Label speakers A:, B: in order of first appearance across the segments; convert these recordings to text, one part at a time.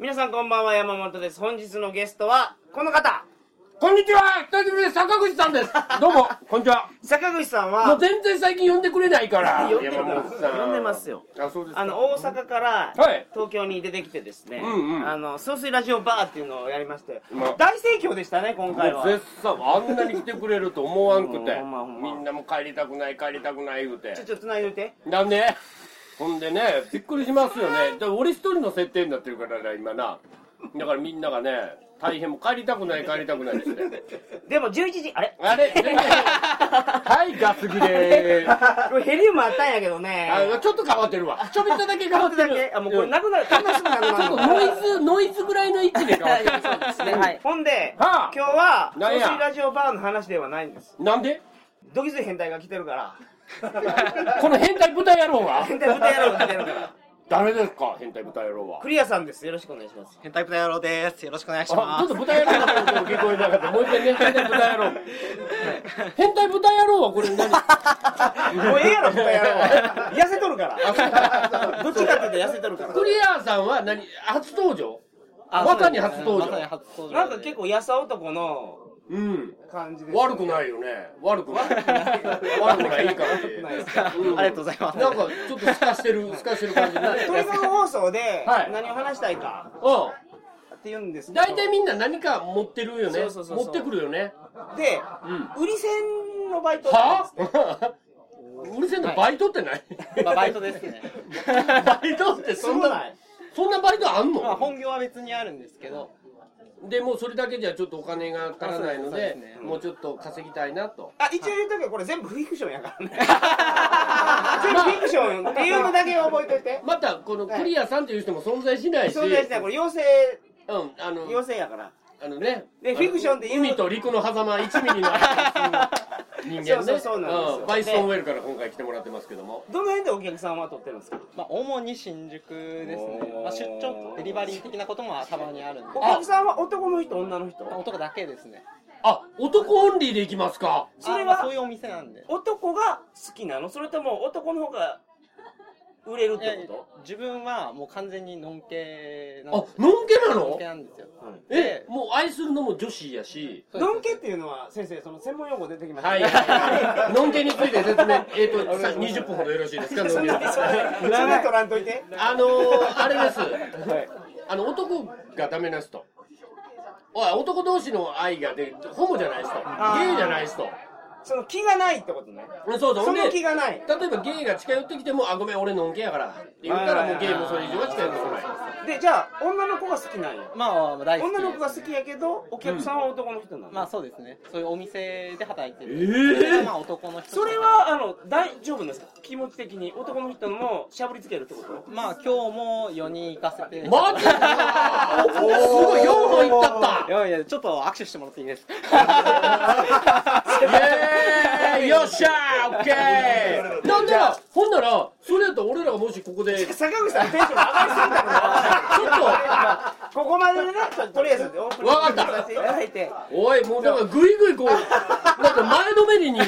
A: 皆さんこんばんは、山本です。本日のゲストは、この方
B: こんにちは久しぶりです坂口さんですどうも、こんにちは
A: 坂口さん
B: もう
A: は、
B: 全然最近呼んでくれないから
A: 呼んでる
B: 山本さ
A: 呼んでますよ
B: あ、そうですか
A: あの、大阪から
B: はい
A: 東京に出てきてですね、
B: うんうん
A: あの、総水ラジオバーっていうのをやりまして、
B: まあ
A: 大盛況でしたね、今回
B: も
A: は
B: う。絶賛あんなに来てくれると思わんくて
A: ほんまほんま
B: みんなも帰りたくない帰りたくない言うて
A: ちょ、ちょ、繋いでおいて。
B: なんでほんでねびっくりしますよねで俺一人の設定になってるからな今なだからみんながね大変もう帰りたくない帰りたくないですね
A: でも11時、あれ
B: あれ全然はいガス切 れ
A: これヘリウムあったんやけどね。
B: あちょっと変わってるわちょびっとだけ変わって
A: だ
B: る
A: けあ、もうこれ
B: ん
A: なくなる、こんなすぐなくなるの。
B: ちょっとノイズ、ノイズぐらいの位置で変わってる。
A: そうですね。はい。ほんで、
B: はあ
A: 今日は、総
B: なんや
A: 水ラジオバーの話ではないんです。
B: なんで
A: ドキズリ変態が来てるから。
B: この変態豚野郎は
A: 変態豚野郎が来てるから。
B: 誰ですか変態豚野郎は。
A: クリアさんです。よろしくお願いします。
C: 変態プタ野郎です。よろしくお願いし
B: あ
C: ま
B: ちょ
C: す。
B: っと豚野郎の声も聞こえなかった。もう一回ね、変態豚野郎。変態豚野郎はこれ何
A: もうええやろ、豚野郎。痩せとるから。どっちかって言うと痩せとるから。
B: クリアさんは何初登場
C: あ
B: まさに初登
C: まさに
B: 場。
C: 初登場
A: な
C: で。
A: んか結構優男の
B: うん。
A: 感じです。
B: 悪くないよね。悪くない。悪くない。いい感じ。
C: ありがとうございます。
B: なんかちょっと透かしてる、透かしてる感じだね。
A: トリガー放送で
B: はい
A: 何を話したいか
B: うん。
A: って言うんですけど。
B: 大体みんな何か持ってる
A: そ
B: よね。
A: うそうそうそう
B: 持ってくるよね。
A: で、
B: うん。
A: 売り線のバイト
B: はあうるせえのバイトってない、
C: まあバイトですね。
B: バイトって
A: す
B: そん
A: ご
B: な
A: ない
B: そんなバイトあんの、
C: まあ本業は別にあるんですけど、
B: でもうそれだけじゃちょっとお金が足らないの
C: あそうで
B: です
C: そうですね
B: もうちょっと稼ぎたいなと
A: あ、一応言うとくけど、これ全部フィクションやからね。 全部フィクションっていうのだけ覚えといて。
B: またこのクリアさんという人も存在しないし、
A: そうですね、これ妖
B: うんあ
A: 精、妖
B: の
A: 精やから。
B: あのね
A: で
B: あの
A: フィクションで言う
B: 海と陸の狭間1ミリ の間に住む人間
A: そ
B: ね
A: うそうそうなんですよ
B: バイソンウェルから今回来てもらってますけども
A: どの辺でお客さんは撮ってるんですか
C: まあ主に新宿ですね。まあ出張デリバリー的なこともたまにあるんで
A: お、客さんは男の人、女の人
C: まあ男だけですね。
B: あ男オンリーで行きますか
A: それ
C: あまあそう
A: は
C: いうお店なんで。
A: 男が好きなのそれとも男の方が売れるっ
C: いや
A: てこ
C: 自分はもう完全にノン系なん
B: あ
C: ですよ。
B: のんけな
C: ノン
B: の
C: 系なんですよ。
A: と
B: えもう愛するのも女子やし
C: そ
A: ド
C: うです
A: ンケっていうのは先生、その専門用語出てきました
B: はい。
A: ね。
B: のんけについ て説明、えっ、と、さ20分ほどよろしい ですか、の
A: そ
B: ん
A: ん
B: け
A: な、 そんなそんな取らんといて。
B: あのー、あれです。あの、男がダメな人。おい、男同士の愛がで、ホモじゃない人。
A: ー
B: ゲイじゃない人。
A: その気がないってことね。
B: そうそう。ほ
A: そ
B: んで
A: の気がない。
B: 例えばゲイが近寄ってきても、あ、ごめん、俺のんけやから。って言ったら、もうゲイもそれ以上は近寄ってこない。
A: で、じゃあ、女の子が好きなんや。
C: まあまあまあ大好きで
A: 女
C: す
A: の子が好きやけど、お客さんは男の人なの。
C: まあそうですね。そういうお店で働いてる。
B: ええ
C: それがまあ男の人とか
A: それは、あの、大丈夫なんですか気持ち的に男の人のもしゃぶりつける ってこと
C: まあ今日も4人行かせて。
B: マジ かすごい、4本いったった
C: いやいや、ちょっと握手してもらっていいですか
B: イ エーイよっしゃーオッケーなんならほんならそれやったら俺らがもしここで ちょっと
A: 坂口さんテンション上がりすぎたのかここまででね、ちょっととりあえずオープニング
B: わかった
A: させていただいて。わ
B: おいもうなんかグイグイこうなんか前のめりに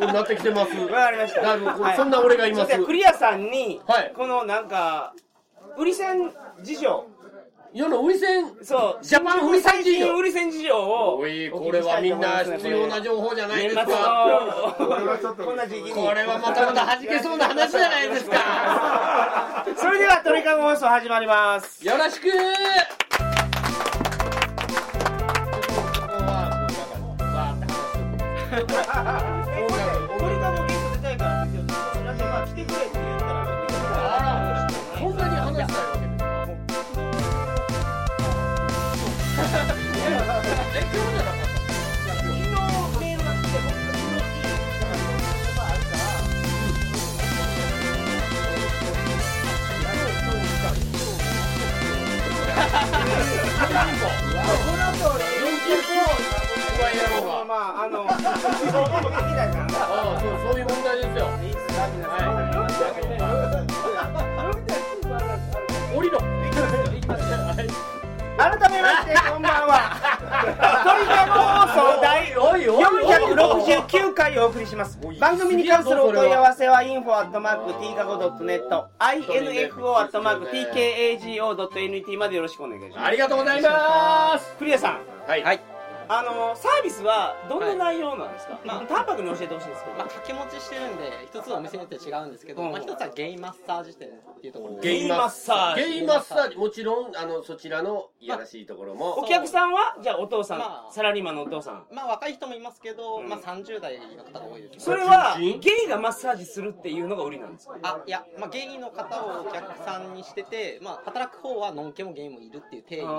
B: 俺なってきてます
A: かりました。
B: なるほど
A: はい
B: そんな俺がい
A: そ
B: ま
A: し
B: す
A: てクリアさんに、
B: はい
A: このなんか、売り線事情。
B: 世の売り線
A: そう。
B: ジャパン売り線事情
A: 最近売り線事情を。
B: おいこれはみんな必要な情報じゃないで
A: 年
B: す
A: 末の
B: か、
A: こんな時期に。
B: これはまたまた弾けそうな話じゃないで すか
A: それでは、鳥かご放送始まります。
B: よろしく
A: え、これ、鳥かごゲスト出たいからって言って、ラジオが来てくれって言ったら、
B: あら、そんなに話したいわけですか。え、今日じゃなかった。
A: 昨日メールが来て、僕が昨日聞いたら、まああるから。
B: うわ、やろう
A: まあ
B: が。
A: まあ、あの、 僕も聞きたいからな。
B: ああ、そう、そういう問題ですよ。
A: いいっすか、皆さん。
B: 降りろ。行きますよ。はい
A: 改めまして、こんばんは。鳥かご放送第
B: おいおいおいおい
A: 69回お送りします番組に関するお問い合わせは info.tkago.net info.tkago.net までよろしくお願いしま
B: あ
A: す
B: りがとうございます
A: クリアさん
B: はい、
C: はい
A: あのサービスはどんな内容なんですか、まあ、淡白に教えてほしいんですけど、
C: まあ、掛け持ちしてるんで一つはお店によって違うんですけど、
A: うん
C: まあ、一つはゲイマッサージ店っていうところで
A: ゲイマッサージ
B: ゲイマッサージもちろんあのそちらのいやらしいところも、
A: お客さんはじゃあお父さん、
C: まあ
A: サラリーマンのお父さん
C: まあ若い人もいますけど、
A: うん
C: まあ30代の方が多いです
A: そ
C: ね
A: れは
B: 人参
A: ゲイがマッサージするっていうのが売りなんですか
C: あいや、まあ、ゲイの方をお客さんにしてて、まあ、働く方はノンケもゲイもいるっていう定義な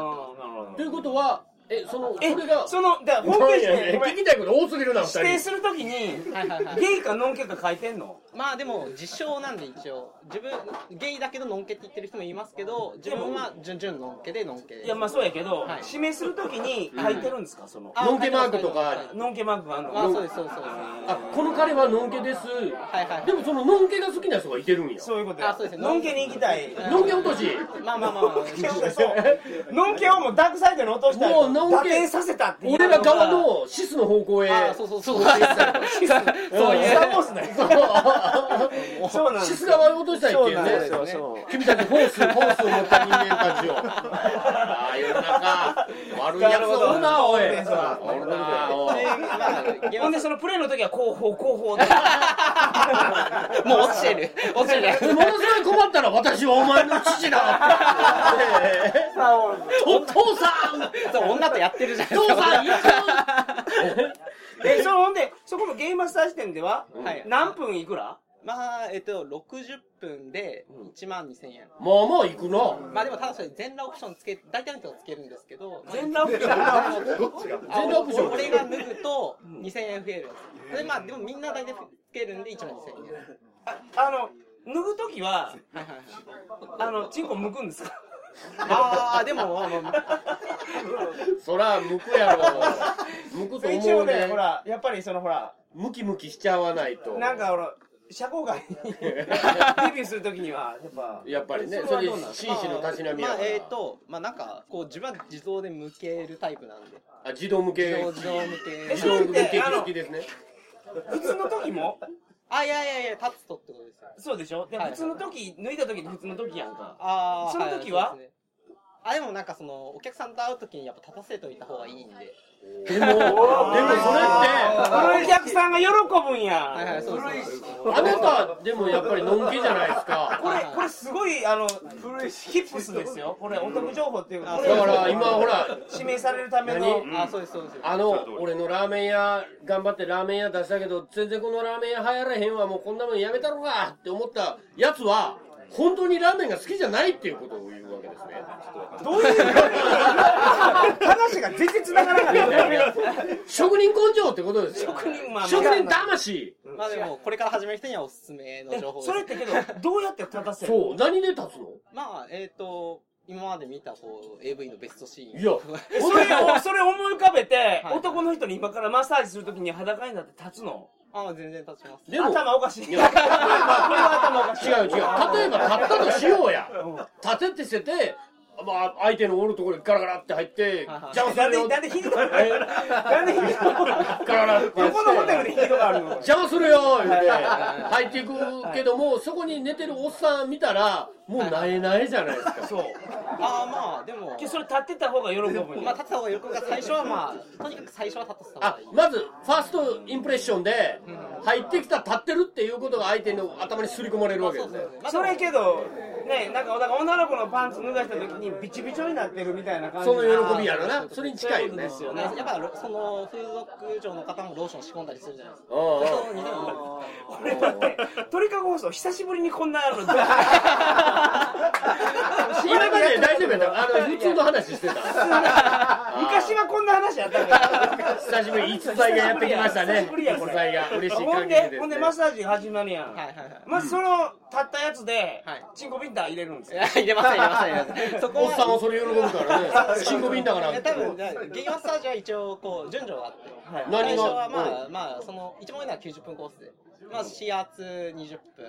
C: んで
B: ということはえそのそ
A: え
B: れが
A: そのだからホームページで
B: ごめん聞きたいこと多すぎるな二
A: 指定
B: 人
A: するときに
C: すはいはいはい
A: ゲイかノンケか書いてんの
C: まあでも自称なんで一応自分ゲイだけどノンケって言ってる人もいますけど自分は純々ノンケでノンケ
A: いやまあそうやけど、
C: はい
A: 指名するときに書いてるんですかその
C: あ
B: ノンケマークとか
C: はい
A: ノンケマークがあるの
C: まあそうですそうですそうです
B: あこの彼はノンケです
C: はいはい
B: でもそのノンケが好きな人がいてるんや
A: そういうことや
C: あそうですね
A: ノンケに行きたい
B: ノンケ落とし
C: まあまあまあまあ
A: ノンケをそうノンケをもうダークサイドに落としたい
B: もうノン
A: 打
B: ケ
A: 点させたっていう
B: 俺ら側のシスの方向へ
C: あそうそうそう
B: そう
A: そういうスター・ウォーズねそうなんで
B: シ
A: す
B: ス
A: よ
B: 側に落としたいって
A: そう
B: い
A: な
B: うん
A: です
B: ね
A: よそう
B: 君たちフォースフォースを持った人間たちをああ世の中悪いやつおるなおい
A: なるほど
B: おるなお い
C: ゲイ
A: ほ
C: マ
A: ん
C: ッ
A: でそのプレーの時は広報広報で
C: サージもう落ちて る落ちて
B: も
C: る
B: のすごい困ったら私はお前の父だって お父さん
C: そう女とやってるじゃない です
B: 父
C: か
B: さん一
A: えそうほんでそこのゲイマッサージ店では
B: 応
C: はい
A: 何分いくら
C: まあえっと60分で1万2000円
B: もうもう行くの
C: まあでもただそれ全裸オプションつけ大体の人はつけるんですけど
A: 全裸オプション
C: あ
B: 全裸オプション
C: 俺が脱ぐと2000円増えるやつでまあでもみんな大体つけるんで1万2000円
A: ああの脱ぐ時は
C: はいはいはい
A: あのチンコ剥くんですか
C: ああでもまあまあ
B: そら向く やろ向くと
A: 一応
B: 思う
A: ね
B: ね
A: ほらやっぱりそのほら
B: ムキムキしちゃわないと
A: なんかほら社交界にデビューするときにはやっぱ
B: やっぱりね
A: そ
B: そ
A: れ
B: れ
A: はどうなん
B: 紳士のたしなみや
C: ま
B: か
C: あ
B: ら
C: えっとまあなんかこう自分は自動で向けるタイプなんで
B: あ自動向
C: 自
B: け
C: 動自動向
A: え
B: 自
A: そ
C: け
A: う
B: 動向け好きですね
A: 普通の時も
C: あいやいやいや立つとってことですよ
A: そうでしょで
C: はい
A: 普通の時脱いだ時って普通の時やんか
C: ああ
A: その時はい
C: いそうですねあでもなんかそのお客さんと会う時にやっぱ立たせといた方がいいんで
B: でもでもそれって
A: あーお客さんが喜ぶんや
C: はいはいそうですそうです
B: あなたでもやっぱりのんきじゃないですか
A: これこれすごいあの古いヒップスですよこれお得情報っていうか
C: あ
A: これ
B: だから今ほら
A: 指名されるための
B: 何
C: あーそうですそうです
B: あの俺のラーメン屋頑張ってラーメン屋出したけど全然このラーメン屋流行らへんわもうこんなもんやめたろかって思ったやつは本当にラーメンが好きじゃないっていうことを言うわけですね
A: どういう 話が全然繋がらない
B: 職人根性ってことですよ
A: 職人まあ
B: 職人魂
C: まあでもこれから始める人にはおすすめの
A: え
C: 情報です
A: それってけどどうやって立たせるの
B: そう何で立つの
C: まあえっ、と今まで見たこう AV のベストシーン
B: いや
A: え それをそれを思い浮かべて
C: はい
A: 男の人に今からマッサージするときに裸になって立つの
C: あ全然立ち ます
B: でも
A: 頭おかしい
B: いや
A: これは頭おかしい
B: 違う違う例えば立ったとしようや立ててしてて、まあ、相手のおるところにガラガラって入って
C: はいはい
B: 邪魔す
A: なん
B: る
A: で
B: よ
A: なんで引き戸があるのなんで引き戸 がある
B: ガラガラって
A: の
B: やっ
A: どこのホテル
B: て
A: で引き戸があるの
B: 邪魔するよ言うて入っていくけどもそこに寝てるおっさん見たらもうなえなえじゃないですか
A: そう
C: ああまあでも
A: けそれ立ってた方が喜ぶんや
C: まあ立った方が喜ぶが最初はまあとにかく最初は立たせた方
B: あ
C: がいい
B: まずファーストインプレッションで入ってきた立ってるっていうことが相手の頭にすり込まれるわけですね
C: まあ
A: それけどねなんかなんか女の子のパンツ脱がした時にビチビチョになってるみたいな感じ
B: その喜びやろなそれに近いよね
A: そういうことですよ
C: まあやっぱその風俗嬢の方もローション仕込んだりするじゃないですか
B: うんうん
C: そういうのにでも
A: 俺はね鳥かご放送久しぶりにこんな の
B: 今まで大丈夫やったあの普通の話してた
A: 昔はこんな話やったから
B: 久しぶりに逸材がやってきましたね
A: 久しぶりやこれ
B: 逸材が嬉しい
A: ほん
B: 限りです、
A: で
B: ね、
A: ほんでマッサージが始まるやん、
C: はいはいはい
A: まずそのたったやつで
C: はい
A: チンコビンター入れるんです
C: い
A: よ
C: や入れません入れません入れま せんそこ
B: おっさんも
C: は
B: それ喜ぶからね新コビンだから
C: いや多分ゲイマッサージは一応こう順序があって
A: はい
B: 何が
C: 最初はまあ、
B: う
C: まあその一番上なら90分コースでまあ指圧20分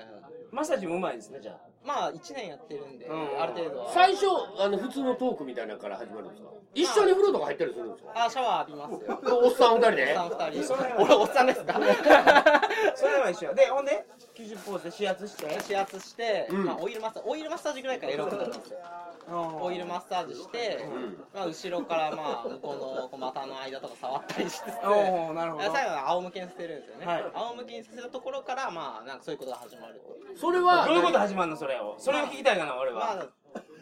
A: マッサージもうまいですねじゃ
C: まあ1年やってるんで、
A: うん
C: ある程度は
B: 最初あの普通のトークみたいなのから始まるんですか一緒に風呂とか入ったりするんですか
C: あシャワー浴びますよ
B: おっさん二人
C: おっ
B: で
C: さん2人
A: それは
C: 俺おっさんですか
A: あ それは一緒やでほんで90ポーズで指圧して
C: 指圧して、
B: うん
C: まあ、オイルマッサージオイルマッサージぐらいからエロくなるんですよオ
A: オ
C: イルマッサージして、
B: ん
C: まあ、後ろからまあ向こうのこう股の間とか触ったりしつつ
A: おーなるほど
C: 最後は仰向けに捨てるんですよね、
A: はい
C: 仰向けに捨てたところからまあなんかそういうことが始まると
B: それは
A: どういうこと始まるのそれをそれを聞きたいかな俺
C: ま
A: は
C: あ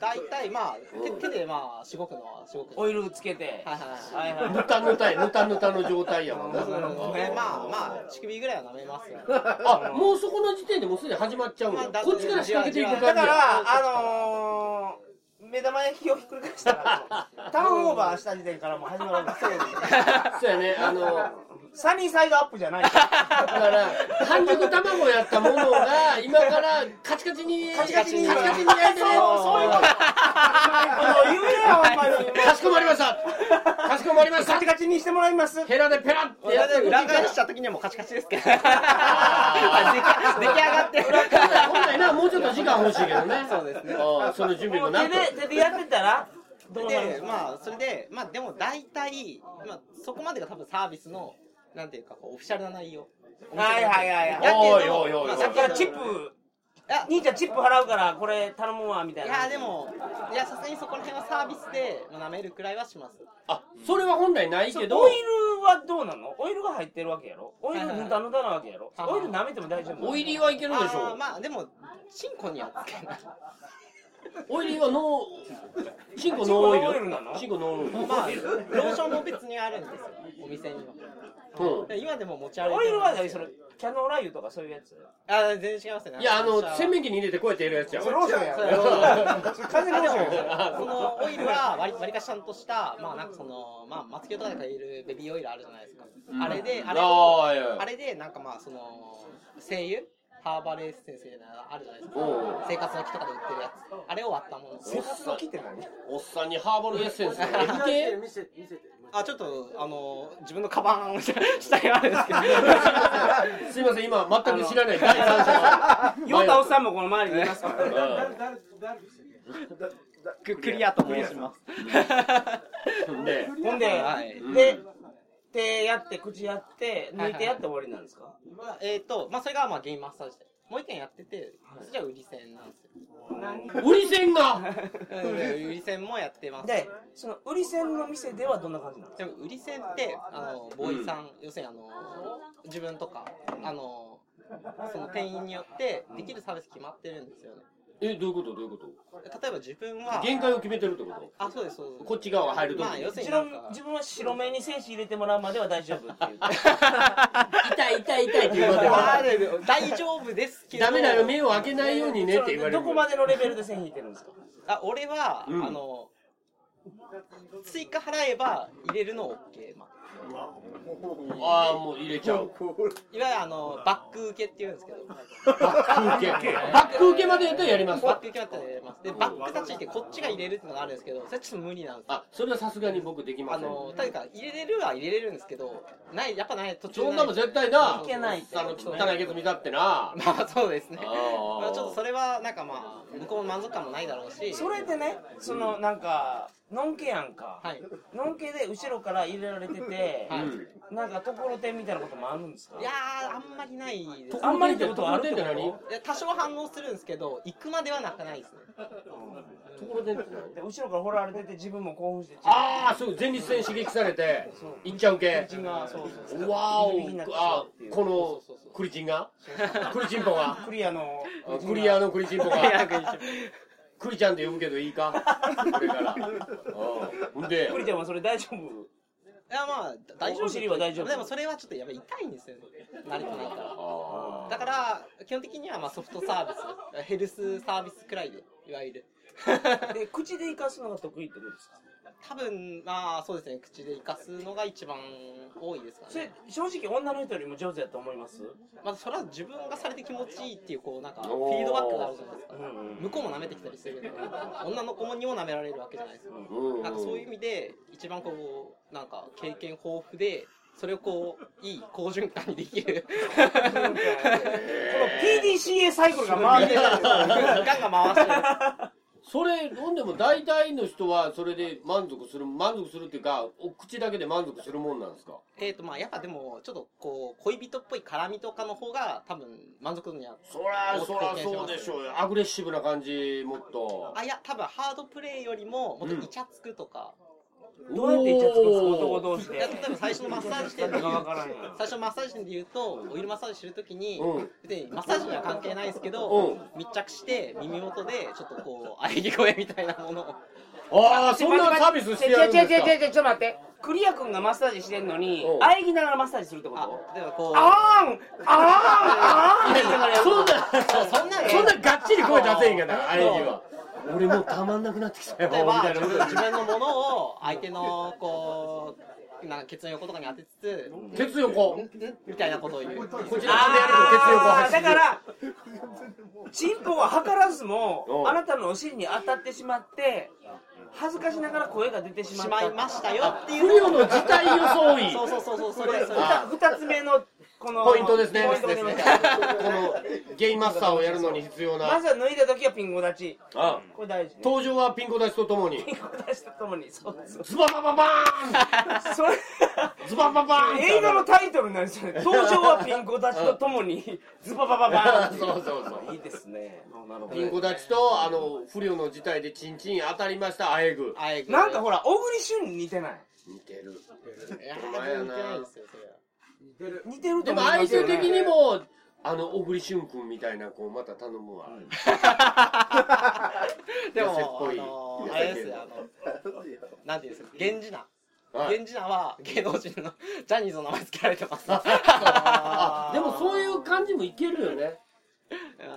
C: 大体まあ手手でまあしごくのはしごくの
A: オイルつけて
C: はいはい
A: い
C: はい
B: ぬたぬたいぬたぬたの状態やもんな
C: そうそうそう
A: ね
C: まあまあ乳首ぐらいは舐めますよ、ね、
B: あもうそこの時点でもうすでに始まっちゃうの
C: まあだ
B: こっちから仕掛けていく
C: じ
A: だか
B: 感
C: わ
B: じ
C: じわ
B: や
A: らあのー、目玉焼きをひっくり返した らターンオーバーした時点からもう始まるんです
B: そうやねあの
A: サニーサイドアップじゃない
B: だから半熟卵やったものが今からカチカチに
A: カチカチに
B: カチカチに焼いてね
A: そうそう いうこと言うやほんまに
B: かしこまりましたかしこまりまし
A: カ
B: た
A: チカチにしてもらいます
B: ヘラでペラってやって
C: 裏返した時にはもうカチカチ ですけど出来
B: あー
C: 出来上がってる
B: 本来なもうちょっと時間欲しいけどね
C: そうですね
B: ああその準備もな
A: 手
B: く
A: で手でやってたらどうなるんで
C: です
A: か
C: まあそれでまあでも大体、まあ、そこまでが多分サービスのなんていうかこうオフィシャルな内容
A: はいはいはいはい
C: だけど
B: おいおいおいおい
C: まあ
A: さっきからチップ
C: い
A: 兄ちゃんチップ払うからこれ頼むわみた
C: や
A: い
C: い
A: な
C: やでもいやさすがにそこら辺はサービスで、まあ、舐めるくらいはします
B: あそれは本来ない
A: そう
B: けど
A: オイルはどうなのオイルが入ってるわけやろオイル
C: はいはい
A: ぬたぬたなわけやろ
C: はいはい
A: オイル舐めても大丈夫
B: オイリーはいけるでし
C: あー
B: ょ
C: まあでもチンコにはつけない
B: オイリーはノーチンコノー
A: チンコノー
B: オイ
A: オイ
B: ル
A: ルなの
B: チンコノーオイル
C: まあローションも別にあるんですよお店には
B: うん
C: で今でも持ち歩いてる
A: オイルは何それキャノーラ油とかそういうやつ
C: あー全然違いますね
B: いやあの洗
C: め
B: 面器に入れてこうやってやるやつやん
A: ローションや
C: それローション
A: 完全ローション
C: そのオイルはわりわりかしちゃんとしたまあなんかそのまあマツケとかで買えるベビーオイルあるじゃないですか、あれであれを
B: あーいやいや
C: あれでなんかまあその精油ハーバルエッセンスみたいなのあるじゃないですか
B: おう
C: 生活の木とかで売ってるやつあれを割ったもの
B: 生活の木
A: って何
B: おっさんにハーバルエッ センス入れて
D: 見せて見せて
C: あちょっとあの自分のカバンを下にあるんですけど
B: すいません今全く知らない第三者
A: ヨタおっさんもこの周りにいます から
B: のうん
D: 誰誰誰見せて
C: ククリアと申します
B: で
A: ほんで、
C: はい
A: で、手やって、口やって、抜いてやって終わりなんですか、
C: まあえっ、とまあそれがまあゲインマッサージでもう一件やっててそっちは売り線なんですよ
B: 売り線が
C: 売り線もやってます
A: で、その、売り線の店ではどんな感じなんです
C: でも売り線ってあのボーイさん、要するにあの自分とかあのその店員によってできるサービス決まってるんですよね
B: えどういうことどういうこ
C: 例えば自分
B: と
C: は
B: 限界を決めてるってこ
C: あそうですそうです
B: とこっち側が入ると
C: まあ要す
A: か
C: るに
A: 自
C: なん
A: 分
C: か
A: 自分は白目に精子入れてもらうまでは大丈夫っていう。
B: 痛い痛い痛いって言うまで
C: まあ
B: は
C: でも大丈夫ですけど
B: ダメだよ目を開けないようにねって言われる
A: どこまでのレベルで線引いてるんですか
C: あ俺は、
B: うん
C: あの追加払えば入れるの OK、まあ、
B: ああもう入れちゃう
C: いわゆるあのバック受けっていうんです けど
B: バック受けバック受けまでやったらやります
C: バック受けだったら入れますでバックタッチってこっちが入れるっていうのがあるんですけどそれちょっと無理なんですよ
B: あそれはさすがに僕できま
C: あ
B: せん
C: のとにかく入れれるは入れれるんですけどないやっぱない途中
B: そんなもん絶対
C: そ
B: な
C: う
A: いけないって
B: あの汚いケツ見たってな
C: まあ そうですね
B: あー
C: まあちょっとそれはなんかまあ向こうも満足感もないだろうし
A: それでね、その、なんか、のんけやんか。
C: はい
A: のんけで後ろから入れられてて、
C: はい、
B: うん
A: なんかところてんみたいなこともあるんですか
C: いやーあんまりないです
A: あんまりってことはあるってこと
B: ところてんって
C: いや多少反応するんですけど行くまではなくないですね
B: 何ところてんって何
A: で後ろから掘られてて自分も興奮して
B: ああそう前立腺刺激されていっちゃう系
A: 口がそうそうそう
B: わお
A: ビリビリになってしま
B: あ
A: うっていう
B: このクリチンがクリチンポが
A: クリアの
B: あクリアのクリチンポ
C: い
B: が
C: やクリチン
B: クリちゃんで呼ぶけどいいかこれからうんほんで
A: クリちゃんはそれ大丈夫
C: いやまあ大丈夫
A: お尻は大丈夫
C: でもそれはちょっとやっぱ痛いんですよね慣れてないから
B: あ
C: だから基本的にはまあソフトサービスヘルスサービスくらいでいわゆる
A: で、口で生かすのが得意ってことですか
C: 多分、まあ、そうですね。口で生かすのが一番多いですか
A: それ
C: ね。、
A: 正直女の人よりも上手やと思います
C: まあ、それは自分がされて気持ちいいっていう、こう、なんか、フィードバックがあるじゃないですか。
A: ん
C: 向こうも舐めてきたりするけど、女の子にも舐められるわけじゃないですか。
B: うん
C: なんかそういう意味で、一番こう、なんか経験豊富で、それをこう、いい好循環にできる。
A: PDCA サイクルが回ってる。
C: ガンガン回してる。
B: それ飲んでも大体の人はそれで満足する満足するっていうかお口だけで満足するもんなんですか
C: えっと、まあやっぱでも、ちょっとこう、恋人っぽい絡みとかの方が、多分、満足度には。
B: そらそらそうでしょうよアグレッシブな感じもっと
C: あ、いや、多分、ハードプレイよりも、もっとイチャつくとか。
A: どうやってイチャつくんですか男
B: おー
A: 同士
C: い
A: で
C: や。例えば最初のマッサージ店で
A: が
C: 言う
A: わからんやん。
C: 最初のマッサージ店で言うと、オイルマッサージするときに、
B: うん
C: 別にマッサージには関係ないんですけ
B: う
C: ど
B: ん、
C: 密着して、耳元で、ちょっとこう、喘ぎ声みたいなものを。
B: ああそんなサービスしてやるんですか
A: 違う違う違う違う、ちょっと待って。クリア君がマッサージしてんのに
B: うん、
A: 喘ぎながらマッサージするってこと
C: あ、例えばこう。
A: あーんあーんあーんって言いながらやる
B: そんな
C: そんなの
B: そんながっちり声出せへんがなあれには俺もうたまんなくなってきたよみ
C: 例えば
B: たい
C: 自分
B: な
C: 自分のものを相手のこうなんかケツの横とかに当てつつ
B: ケツ横
C: みたいなことを言う
B: こちら噛んでやるとケツ横
A: あー
B: 走
A: だ
B: る
A: から、チンポは図らずも
B: う、ん
A: あなたのお尻に当たってしまって、恥ずかしながら声が出てしま
C: し
A: っ
C: まい
A: た。
C: ましたよっていう
B: 不良の事態予想員
C: そうそうそうそうそれそれ
B: あ
A: ふた二つ目の、この、
B: ポイントですね
A: ポイントでございます
B: このゲイマスターをやるのに必要
A: ま
B: な
A: ずは脱いだ時はピンゴ立ち。
B: あ
A: これ大事ね。
B: 登場はピンコたちとともに
A: ピンゴ立ちとともに、そうそう。
B: ズババババ
A: それ、
B: ーンズバババーン
A: 映画のタイトルになりそうね。 登場はピンゴ立ちとともに、ズババババーン ってい
B: そうそうそう
A: いいですね。なるほ
B: ピンコたちとあの不良の事態でチンチン当たりましたあえぐ
C: あえぐ
A: なんかほら、小栗旬に似てない。
B: 似てる
C: いやー似てないですよそれは
A: 似てると思
B: でも
A: いま
B: 相
A: すよ
B: 性
A: ね
B: 的にもあの小栗旬君みたいな子また頼むわ
C: でも
B: 痩せっぽい
C: あの
B: 痩
C: ーあ
B: せ
C: れ
B: てる
C: ですよあのなんていうんですか源氏名
B: はい
C: 源氏名は芸能人のジャニーズの名前付けられてます
B: あでもそういう感じもいけるよね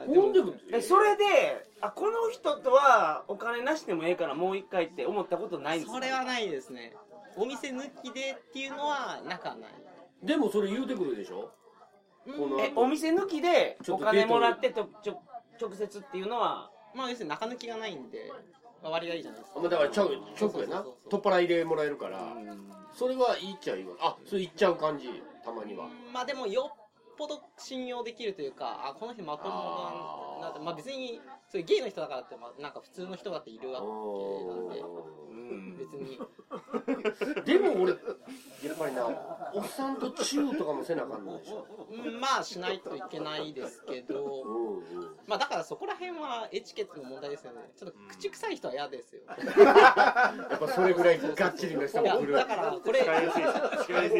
B: ほんでも
A: えそれであこの人とはお金なしでもええからもう一回って思ったことないんですか
C: それはないですねお店抜きでっていうのはなかない
B: でもそれ言うてくるでしょこの
A: えお店抜きで
B: ちょ
A: お
B: っとデー
A: 金
B: ト
A: もらってとちょ直接っていうのは
C: まあ要するに中抜きがないんで、まあ、割がいいじゃないです
B: あ
C: か。
B: まあだからちょちょくやな
C: そうそうそ
B: 取
C: う
B: っ払いでもらえるからそれはいいっちゃいいわあそれいっちゃう感じたまには
C: まあでもよっぽど信用できるというか、あ、この人まともだなって、まあ別に、それゲイの人だからって、まあなんか普通の人だっているわけなんで、別に、
B: でも 俺やっぱりなおっさんとチューとかもせなあかんのでしょ
C: うんまあしないといけないですけど、まあだからそこら辺はエチケットの問題ですよね。ちょっと口臭い人は嫌ですよ。
B: やっぱそれぐらいがっちりの人
C: いや、
B: も来る
C: だからこれ、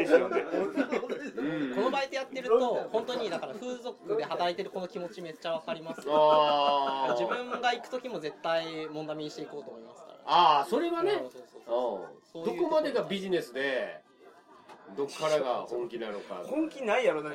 B: うん
C: このバイトやってると、本当にだから風俗で働いてるこの気持ちめっちゃわかります。
B: あー
C: 自分が行く時も絶対もんだみにしていこうと思いますから。
B: ああそれはね
C: そうそうそう
B: うんどこまでがビジネスでどっからが本気なのか
A: 本気ないやろな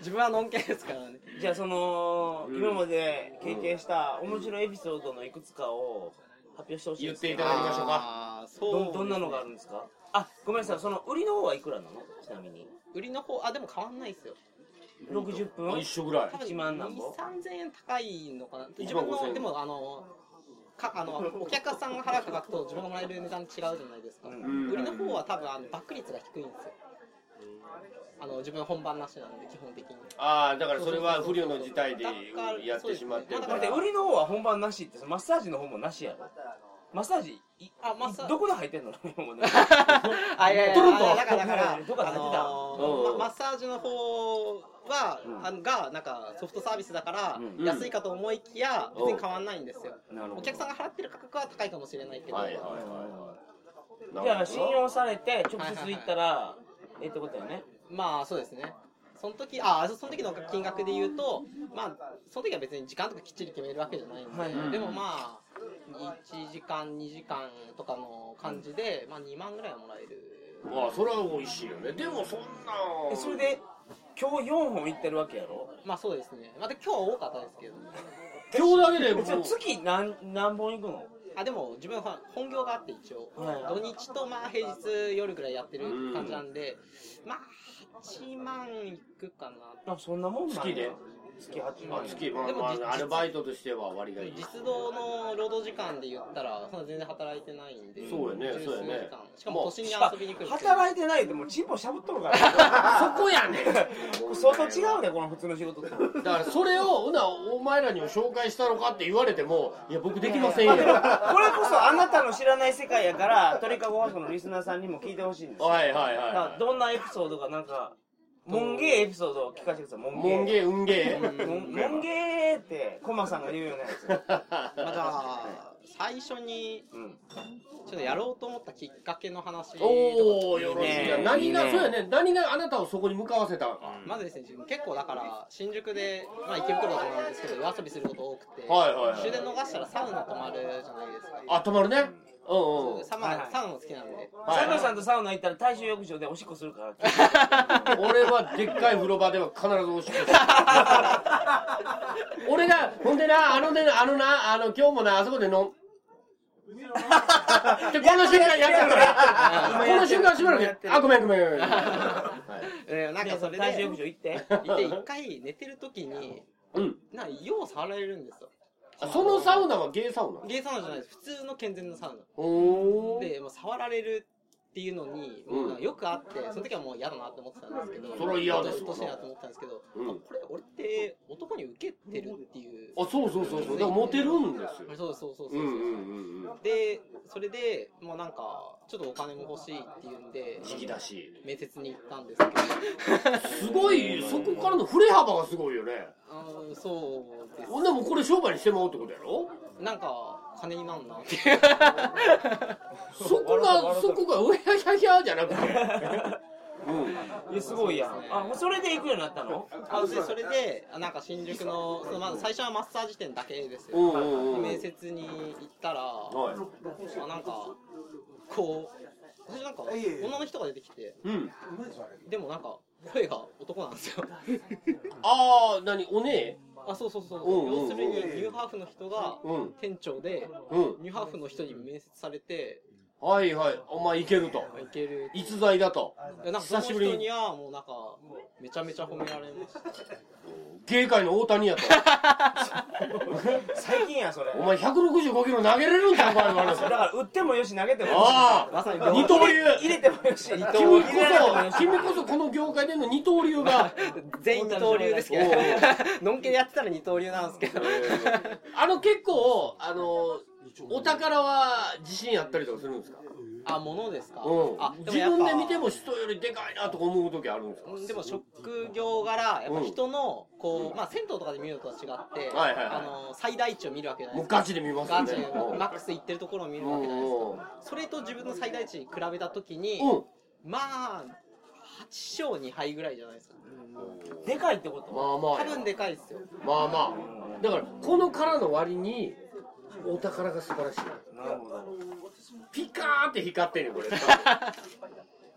C: 自分はのんけですからね。
A: じゃあその
B: うん
A: 今まで経験した面白いエピソードのいくつかを発表してほしいんですけど
B: 言っていただきましょうか
C: あーそう
A: どんどんなのがあるんですかあごめんなさいその売りの方はいくらなのちなみに
C: 売りの方、あ、でも変わんないですよ。
A: 60分
B: 一緒ぐらい
C: 多分
A: 1万なんぼ
C: 2、3000円高いのかな。自
B: 万
C: 分
B: 5000円
C: の、でもあの、かあのお客さんが払う額と自分がもらえる値段違うじゃないですか。
B: ん
C: 売りの方は多分あのバック率が低いんですよ。あの自分本番なしなんで基本的に。
B: ああだからそれは不良の事態でやってしまってるか
A: だって
B: ら
A: 売りの方は本番なしってマッサージの方もなしやろマッサージい
C: あ、まあさ、
A: どこで入ってんの もうね
C: あいやいや
A: トロント
C: あだからだから
A: どこだ
C: あの
B: うんうん
C: ーまマッサージの方は、
A: うん
C: あのがなんかソフトサービスだから、
A: うん
C: 安いかと思いきや
B: うん
C: 別に変わんないんですよ、
A: なるほど
C: お客さんが払ってる価格は高いかもしれないけど、
B: はいはいは
A: だ
B: い
A: から信用されて直接行ったらええってことよね
C: まあそうですねその時あその時の金額で言うとまあその時は別に時間とかきっちり決めるわけじゃないんで、
A: はいはい
C: でもまあ1時間2時間とかの感じで、まあ2万ぐらいはもらえる
B: まあそれは美味しいよねでもそんなん
A: えそれで今日4本行ってるわけやろ
C: まあそうですねまあで今日は多かったですけど
B: 今日だけでもう
A: じゃあ月何何本行くの
C: あでも自分は本業があって一応、
A: はい
C: 土日とまあ平日夜ぐらいやってる感じなんで、まあ8万いくかな
A: あそんなもんなんや
B: 月で
A: 月8
B: まあ
A: 万
B: 月まあ
C: でも
B: ま
C: 実
B: あアルバイトとしては割がいい
C: 実動の労働時間で言ったらそんな全然働いてないんで
B: そうやね
C: 十数
B: そうやね
C: 時間しかも都心に遊びに来る
A: 働いてないでもチンポしゃぶっとるから
B: そこやねん
A: 相当違うねこの普通の仕事と
B: だからそれをほなお前らにも紹介したのかって言われてもいや僕できま せんよ
A: これこそあなたの知らない世界やから鳥かご放送のリスナーさんにも聞いてほしいんですよ
B: はいはい
A: だから
B: は
A: どんなエピソードかなんか門芸エピソードを聞かせてください
B: い
A: 門芸
B: 門芸運芸
A: 門門芸ってコマさんが言うようなやつ
C: また最初にちょっとやろうと思ったきっかけの話とか
B: おおよろしい
A: いい
B: な
A: ね
B: 何が
A: いいね
B: そうやね何があなたをそこに向かわせたのか
C: まずですね自分結構だから新宿で、まあ、池袋とかなんですけど夜遊びすること多くて、
B: はいはいはい
C: 終電逃したらサウナ泊まるじゃないですか
B: あ止まるねうんうん
C: サウナ、
A: はいはい
C: サウナも好きなんで
B: はい
A: 佐藤さんとサウナ行ったら大衆浴場でおしっこする から
B: 俺はでっかい風呂場では必ずおしっこする 俺がほんでなあのねあのなあの今日もなあそこで飲んでこの瞬間やってるから この瞬間しばらくあごめんごめんごめん はい
C: えーなんかそれ
A: 大衆
C: で
A: 浴場行って
C: いて一回寝てる時に
B: うん
C: なんかよう触られるんですよ
B: そのサウナはゲイサウナ
C: ゲイサウナじゃないです普通の健全なサウ
B: お
C: ナ
B: ー
C: で、まあ、触られるっていうのに、
B: うん
C: もうなんかよくあってその時はもう嫌だなって思ってたんですけど
B: それは嫌ですわ
C: 年だと思ってたんですけど、
B: うん
C: あこれ俺って男に受けてるっていう
B: あそうそうそうそうだからモテるんですよ
C: そうそうそうそう
B: う
C: そ
B: んう
C: う
B: んうんうん
C: でそれでもうなんかちょっとお金も欲しいっていうんで
B: 引き出し
C: 面接に行ったんですけ ど
B: すごいそこからの振れ幅がすごいよね
C: あーそうです
B: ほんでもうこれ商売にしてもらおうってことやろ
C: なんか金になんなっていう
B: そこがそこがうやひゃひゃじゃなく て
A: いやすごいやんあもうそれで行くようになったの
C: あでそれであなんか新宿のそのまず最初はマッサージ店だけです
B: うん
C: よ
B: うんうんうん
C: 面接に行ったらあ
B: はい
C: なんかこう私なんか女の人が出てきて
B: うん
C: でもなんか声が男なん ですよ
B: ああ何おね
C: あそうそうそう
B: うんうんうん
C: 要するにニューハーフの人が
B: えうん
C: 店長で
B: うん
C: ニューハーフの人に面接されて
B: はいはいお前いけると
C: あいける
B: 逸材だと
C: なんかその
B: 久しぶりに
C: 人にはもうなんかめちゃめちゃ褒められました
B: 芸界の大谷やと
A: 最近やそれ
B: お前165キロ投げれるんじゃんお前の話
A: だから売ってもよし投げてもよし
B: あ
C: まさに
B: あ二刀流
A: 入れてもよし入れても
B: 君
A: よ
B: こ
A: し
B: そ君こそこの業界での二刀流 が
C: 全員二刀流ですけど
B: おうおう
C: のんけでやってたら二刀流なんですけど
B: あの結構あのお宝は自信あったりとかするんですか、
C: あ、ものですか。あ
B: うん、自
C: やっぱ
B: 分で見ても人よりでかいなとか思う時あるんですか
C: うんでも職業柄、やっぱ人の、こ
B: う
C: う、
B: ん
C: まあ、銭湯とかで見るのとは違って、
B: はいはいはい
C: あの、最大値を見るわけじゃない
B: もう
C: ですか。
B: ガチで見ますよ
C: ガ
B: ね
C: チで
B: うん
C: マックスいってるところを見るわけじゃないですか。それと自分の最大値に比べたときに、
B: うん
C: まあ、8勝2敗ぐらいじゃないですか。
A: でかいってこと
B: まあまあ
C: 多分でかいですよ。
B: まあまあだからこの殻の割にお宝が素晴らしい
A: なるほど
B: ピカーって光ってるよ これ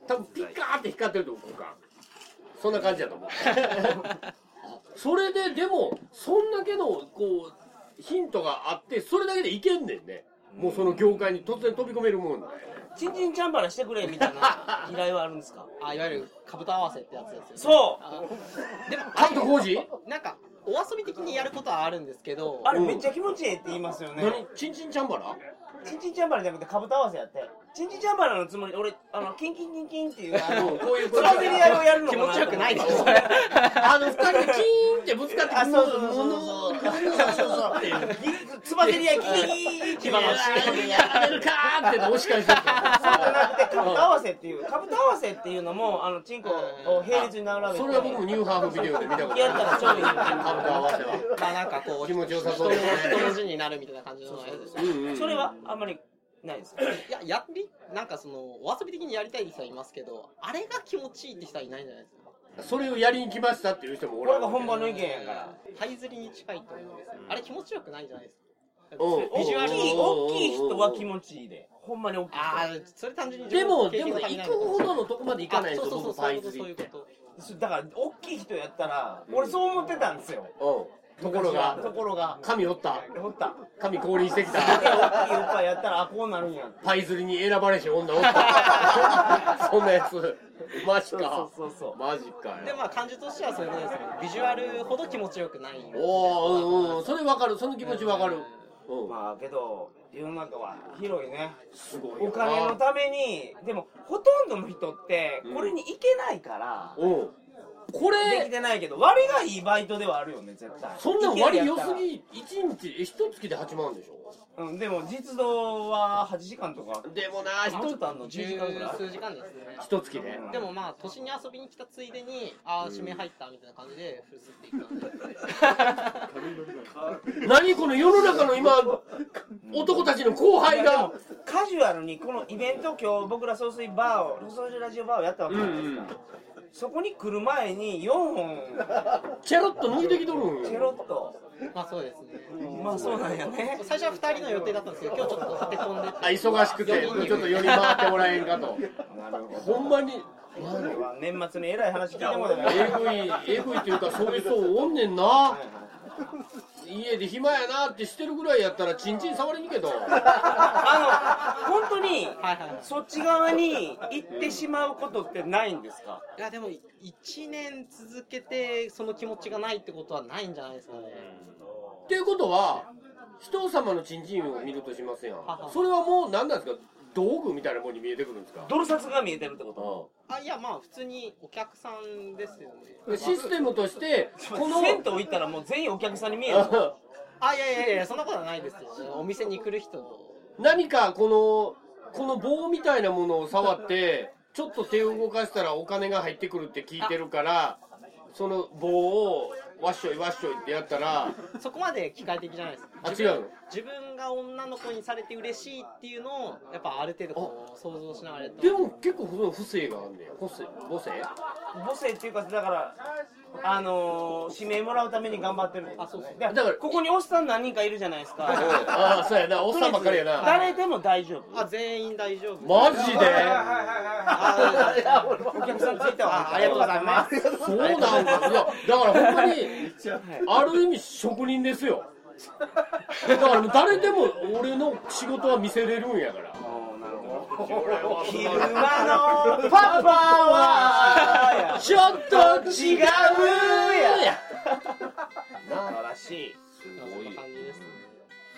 B: 多分ピカーって光ってると思うかそんな感じだと 思うそれででもそんだけのこうヒントがあってそれだけでいけんねんねもうその業界に突然飛び込めるもんだよね
A: チンチンチャンバラしてくれみたいな 依頼はあるんですか
C: あ、いわゆる兜合わせってやつですよ、ね。
A: そう
C: あでも、
B: カブト工事
C: なんか、お遊び的にやることはあるんですけど、
A: あれめっちゃ気持ちいいって言いますよね
B: 何チンチンチャンバラ
A: チンチンチャンバラじゃなくてかぶと合わせやってチンチンチャンバラのつもりで俺あのキンキンキンキンっていうあの
B: こういう
A: つばぜり合いをやるの
C: 気
A: か
C: 持
A: な
C: ち
A: と思
C: よ
A: って
C: くないですよ、それ。
B: あの二人がキーンってぶつかって
A: あ
B: くる
A: そうそうそうそう
B: ものを
A: そうそうそ うつばぜり合いキンキンキンって
B: やられるかーって押し返してる
A: そうじゃなくて、かぶと合わせっていう、かぶと合わせっていうのも、あの、チンコを並列に並べて。
B: それは僕もニューハーフビデオで見たことある
A: やったら超いいよ
B: カブト合わせは
C: まあなんかこう、
B: 気持ちよさそうですね
C: 人の人の字になるみたいな感じのやつですね
B: うんうん
A: それはあんまりないですか。
C: いや、やり、なんかその、お遊び的にやりたいって人はいますけど、あれが気持ちいいって人はいないんじゃないですか。
B: それをやりに来ましたっていう人もお
A: こ
B: ら
A: れ
B: ん
A: が
B: わけ
A: 本場の意見やから。
C: はいずりに近いと思うんですよ。あれ気持ちよくないじゃないですか。
B: うん
C: ビジュ
A: 大
C: アル
A: きい、
C: に。
A: 大きい人は気持ちいいで。ほんまに大きい
C: ああ、それ単純に
B: で
C: 情報
B: も
C: 経
B: で
C: 験
B: も
C: が足り
B: 行
C: ない
B: くほどのとこまで行かないんです
C: あそ
B: よ
C: うそう
B: 僕
C: そう、そ
B: パ
C: うい
B: イ
C: うこ
B: ズ
C: と、そうい
B: リっ
C: う
B: て
C: こ
A: 人。だから、大きい人やったら、俺そう思ってたんですよ。
B: うんところが
A: ところが
B: 神おった
A: おった
B: 神降臨してきた
A: 大きいおっぱいやったらあこうなるんや
B: パイ釣りに選ばれし女おったそんなやつマジ
A: そうそ
B: か
A: うそうそう
B: マジかよ
C: でまあ感じとしてはそういうことですねビジュアルほど気持ちよくない
B: おおうんうんそれわかるその気持ちわかるうん
A: まあけど世の中は広いね
B: すごいよ
A: お金のためにでもほとんどの人ってこれに行けないから、
B: うんこ
A: でき
B: れ
A: てないけど割がいいバイトではあるよね絶対
B: そんなん割良す
A: 行けるや
B: ぎ一日え一月で8万でしょ
A: ったらうん、でも実動は8時間とか
B: でもな
A: もうちょっ
B: 一
A: とあんの10
C: 十
A: 時間ぐらい
C: 数時間ですね
B: 一月で
A: うん
C: でもまあ都心に遊びに来たついでにああ指名入ったみたいな感じでふすってい ったんで
B: 何この世の中の今男たちの後
A: い
B: 輩
A: やで
B: が
A: もカジュアルにこのイベント今日僕ら総水バーを総水ラジオバーをやったわ
B: う
A: け
B: ん
A: じ
B: う
A: ゃないです
B: ん
A: か、そこに来る前に4本
B: チェロッと抜いてきとるん
A: チェ
B: よ
A: ロッと
C: まあそうですね
A: まあそうなんやね
C: 最初は2人の予定だったんですけど今日ちょっと立て込んでて
B: あ忙しくて
C: 四人
B: ちょっと寄り回ってもらえんかと
A: なるほ
B: ほんまに
A: どこれは年末にえらい話聞いてもらった
B: えぐいえぐいっていうかそういう人おんねんな家で暇やなってしてるぐらいやったらチンチン触りに行けと
A: あの本当に
C: はいはいはい
A: そっち側に行ってしまうことってないんですか
C: いやでも1年続けてその気持ちがないってことはないんじゃないですかね
B: っていうことは人様のチンチンを見るとしますやん
C: は
B: それはもう何なんですか道具みたいなもんに見えてくるんですか
A: ドル札が見えてるってこと
C: あいやまあ普通にお客さんですよね
B: うんシステムと してこの
A: 銭湯行ったらもう全員お客さんに見えるの
C: あいやいやいやそんなことはないですよお店に来る人
B: 何かこのこの棒みたいなものを触ってちょっと手を動かしたらお金が入ってくるって聞いてるからその棒をわっしょいわっしょいってやったら
C: そこまで機械的じゃないです
B: あ
C: 自
B: 違
C: 分
B: うの
C: 自分が女の子にされて嬉しいっていうのをやっぱある程度こう想像しながらやった
B: でも結構その不正があんねや不正母性
A: 母性っていうかだからあのー、指名もらうために頑張ってるあそうだか
B: だからら
A: ここにおっさん何人かいるじゃないですか
B: ああそうやなおっさんばっかりやな
A: 誰でも 大丈夫
C: あ全員大丈夫
B: マジで
C: あ
A: お客さんついたわ
C: あありがとうございます
B: そうなんかいやだからほんまにある意味職人ですよだからもう誰でも俺の仕事は見せれるんやから
A: 昼間のパパは
B: ちょっと違うや
A: 素晴らしい
B: す
C: そんな感じですね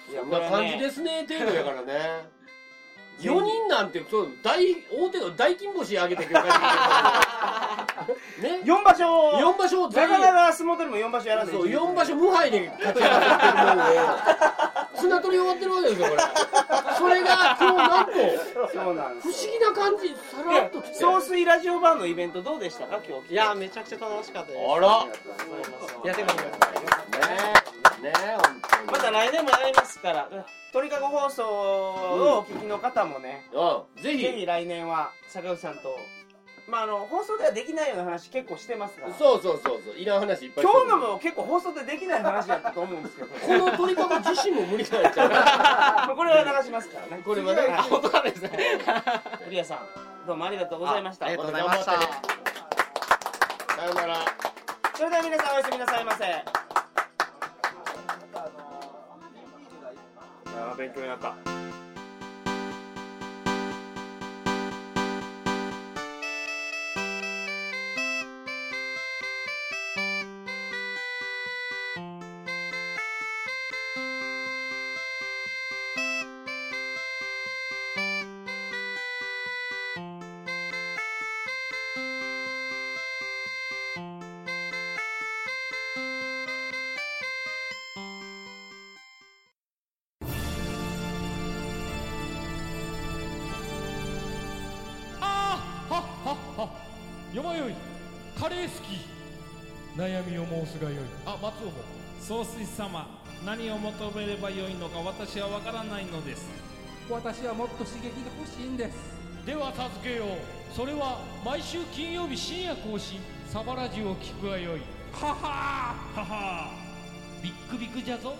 A: いや
B: こんな感じですね程度やからね4人なんてそう大大手の大金星上げてくる感 じね
A: 4場所
B: 4場所全
A: な
B: 員
A: かなか相撲取りも4場所やらない
B: そう4場所無敗で勝ち上がってるもんね綱取り終わってるわけですよこれそれが今日なんと
A: そうなんで
B: 不思
A: すよ
B: 議な感じさらっと来て
A: 総水ラジオバーのイベントどうでしたか今日来て
C: いやめちゃくちゃ楽しかったです
B: あらね
C: いやでも
B: えねえ本当に
A: また来年もやりますから鳥かご放送をお聞きの方もね、
B: うん
A: ぜ
B: ぜひ
A: ひ来年は坂口さんとまああの放送ではできないような話結構してますから
B: そうそうそうそういらん話いっぱい
A: 今
B: してる
A: 日のも結構放送でできない話だったと思うんですけど
B: この鳥かご自身も無理なん ちゃ
A: まあこれは流しますからね
B: うこれはね
A: あ本当
B: なんですね
A: 古谷さんどうもありがとうございました
C: ありがとうございまし
B: また頑張
C: た
B: さよなら
A: それでは皆さんおやすみなさいませああ勉強になった
D: あーはっはっはよまよいカレー好き悩みを申すがよいあ松尾も
E: 総帥様何を求めればよいのか私は分からないのです
F: 私はもっと刺激が欲しいんです
D: では助けようそれは毎週金曜日深夜更新サバラジュを聞くがよいははははビックビックじゃぞ